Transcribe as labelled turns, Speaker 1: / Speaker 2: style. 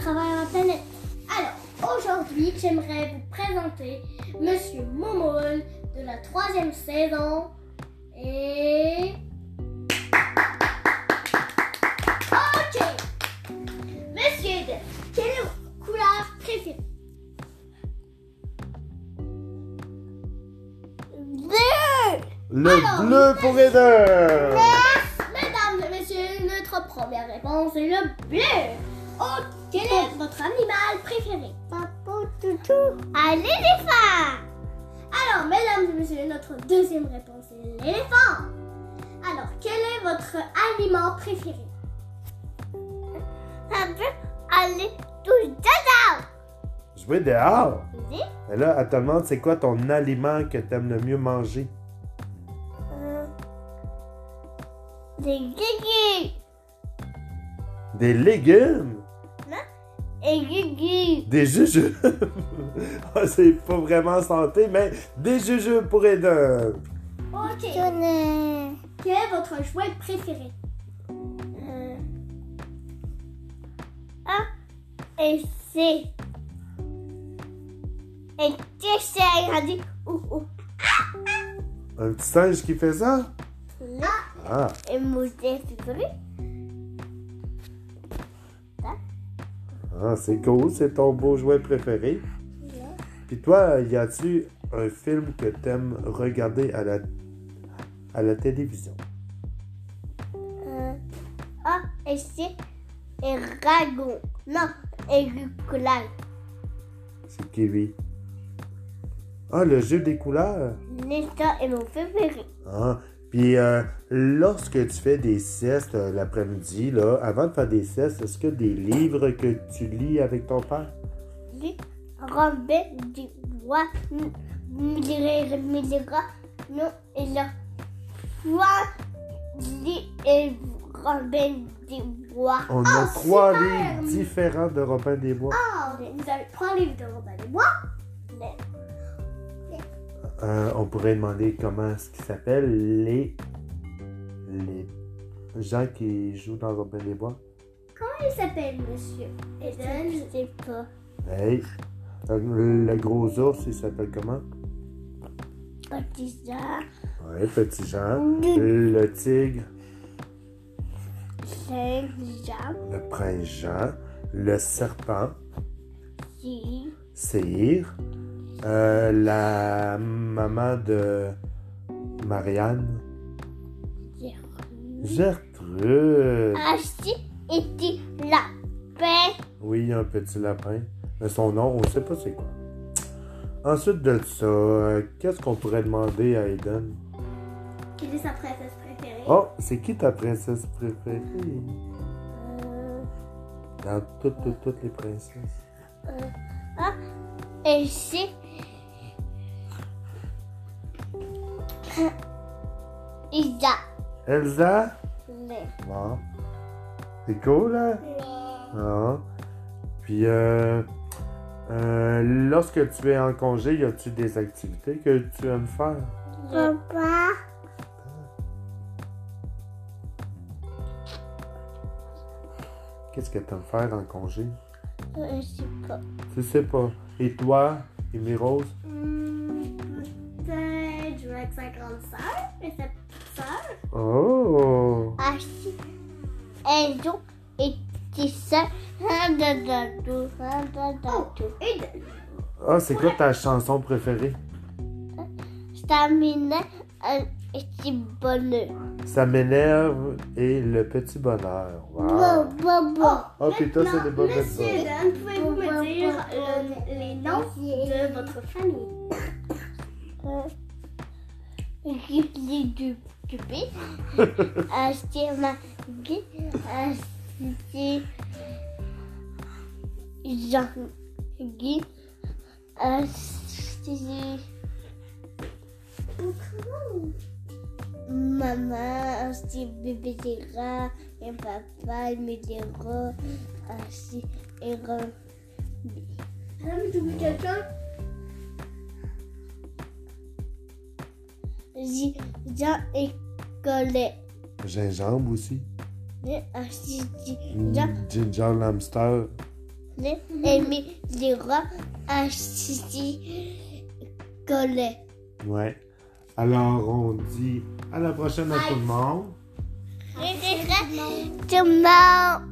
Speaker 1: travers la planète. Alors, aujourd'hui, j'aimerais vous présenter Monsieur Momone de la troisième saison. Et. Ok! Monsieur Eden, quelle est votre couleur préférée? Bleu!
Speaker 2: Le
Speaker 1: Alors,
Speaker 2: bleu pour Eden
Speaker 1: Mesdames et messieurs, notre première réponse est le bleu. Oh, quel est votre animal préféré Papa toutou. À l'éléphant. Alors, mesdames et messieurs, notre deuxième réponse est l'éléphant. Alors, quel est votre aliment préféré Ça peut aller tout dada.
Speaker 2: Jouer dehors Et là, elle te demande c'est quoi ton aliment que t'aimes le mieux manger
Speaker 1: Des guigui.
Speaker 2: Des légumes
Speaker 1: Et guigui.
Speaker 2: Des jujubes Ah, C'est pas vraiment santé, mais des jujubes pour Eden
Speaker 1: Ok. Quel est votre jouet préféré Euh. A et C. Et t'essayes à dire ou ou
Speaker 2: Un petit singe qui fait ça
Speaker 1: là
Speaker 2: Ah
Speaker 1: et mouillé figuré.
Speaker 2: Ah, c'est cool, c'est ton beau jouet préféré. Puis toi, y a-tu un film que t'aimes regarder à la, à la télévision?
Speaker 1: A et C et dragon. Non, et glucolan.
Speaker 2: C'est Kiwi. Ah, le jeu des couleurs.
Speaker 1: L'instant est mon préféré.
Speaker 2: Ah, puis euh, lorsque tu fais des siestes euh, l'après-midi, là, avant de faire des siestes, est-ce que des livres que tu lis avec ton père?
Speaker 1: Lui, Rambert du bois, Mira, Mira, non, et là, toi, lui et Oh, Rambert du bois.
Speaker 2: On a trois livres différents de Robin des Bois.
Speaker 1: Ah, vous avez trois livres de Robin des Bois. Mais,
Speaker 2: Euh, on pourrait demander comment ce qui s'appelle les les gens qui jouent dans Robin des Bois.
Speaker 1: comment il s'appelle, monsieur Eden, je sais pas.
Speaker 2: Hey, euh, le gros ours, il s'appelle comment?
Speaker 1: Petit ça,
Speaker 2: Ouais, petit Jean. Le tigre,
Speaker 1: c'est jambes,
Speaker 2: le prince Jean. Le serpent,
Speaker 1: si,
Speaker 2: Séhir. Euh, la maman de Marianne. Gertrude.
Speaker 1: assis, et si, la paix,
Speaker 2: Oui, un petit lapin. Mais son nom, on sait pas c'est quoi. Ensuite de ça, euh, qu'est-ce qu'on pourrait demander à Eden?
Speaker 1: quelle est sa princesse préférée?
Speaker 2: Oh, c'est qui ta princesse préférée?
Speaker 1: Euh,
Speaker 2: Dans toutes, toutes, toutes les princesses.
Speaker 1: Et c'est. Isa.
Speaker 2: Elsa?
Speaker 1: Mais.
Speaker 2: Bon. C'est cool, hein? Ah. Puis, euh, euh, lorsque tu es en congé, y a-tu des activités que tu aimes faire?
Speaker 1: Papa.
Speaker 2: Qu'est-ce que tu aimes faire en congé?
Speaker 1: Euh, Je sais pas.
Speaker 2: Tu sais pas. Et toi, Émilie Rose?
Speaker 1: Peut-être jouer avec sa grande sœur et sa petite sœur.
Speaker 2: Oh!
Speaker 1: Ah si. Elles ont et petite sœur. Un de de tout. Un de de tout. Une.
Speaker 2: Ah, c'est quoi ta chanson préférée?
Speaker 1: Stamina. Un petit bonheur.
Speaker 2: Ça m'énerve et le petit bonheur.
Speaker 1: Bon,
Speaker 2: Wow!
Speaker 1: bon, bon.
Speaker 2: Ah, puis toi, c'est des bonnes
Speaker 3: Monsieur
Speaker 2: réponses.
Speaker 3: Dan, pouvez-vous me dire le- les noms de
Speaker 1: de
Speaker 3: votre famille
Speaker 1: Gibli du Cupid, acheter ma guide, acheter Jean Guy, acheter maman, acheter bébé Dira, et papa, il me dira, acheter et re-
Speaker 3: Madame, j'oublie quelqu'un
Speaker 1: J- Jean et Colette.
Speaker 2: Gingembre aussi.
Speaker 1: acheter Jean
Speaker 2: Ginger l'hamster.
Speaker 1: Amy Lira, Ashley Collet.
Speaker 2: Ouais. Alors, on dit à la prochaine à tout le monde.
Speaker 1: Tout le monde.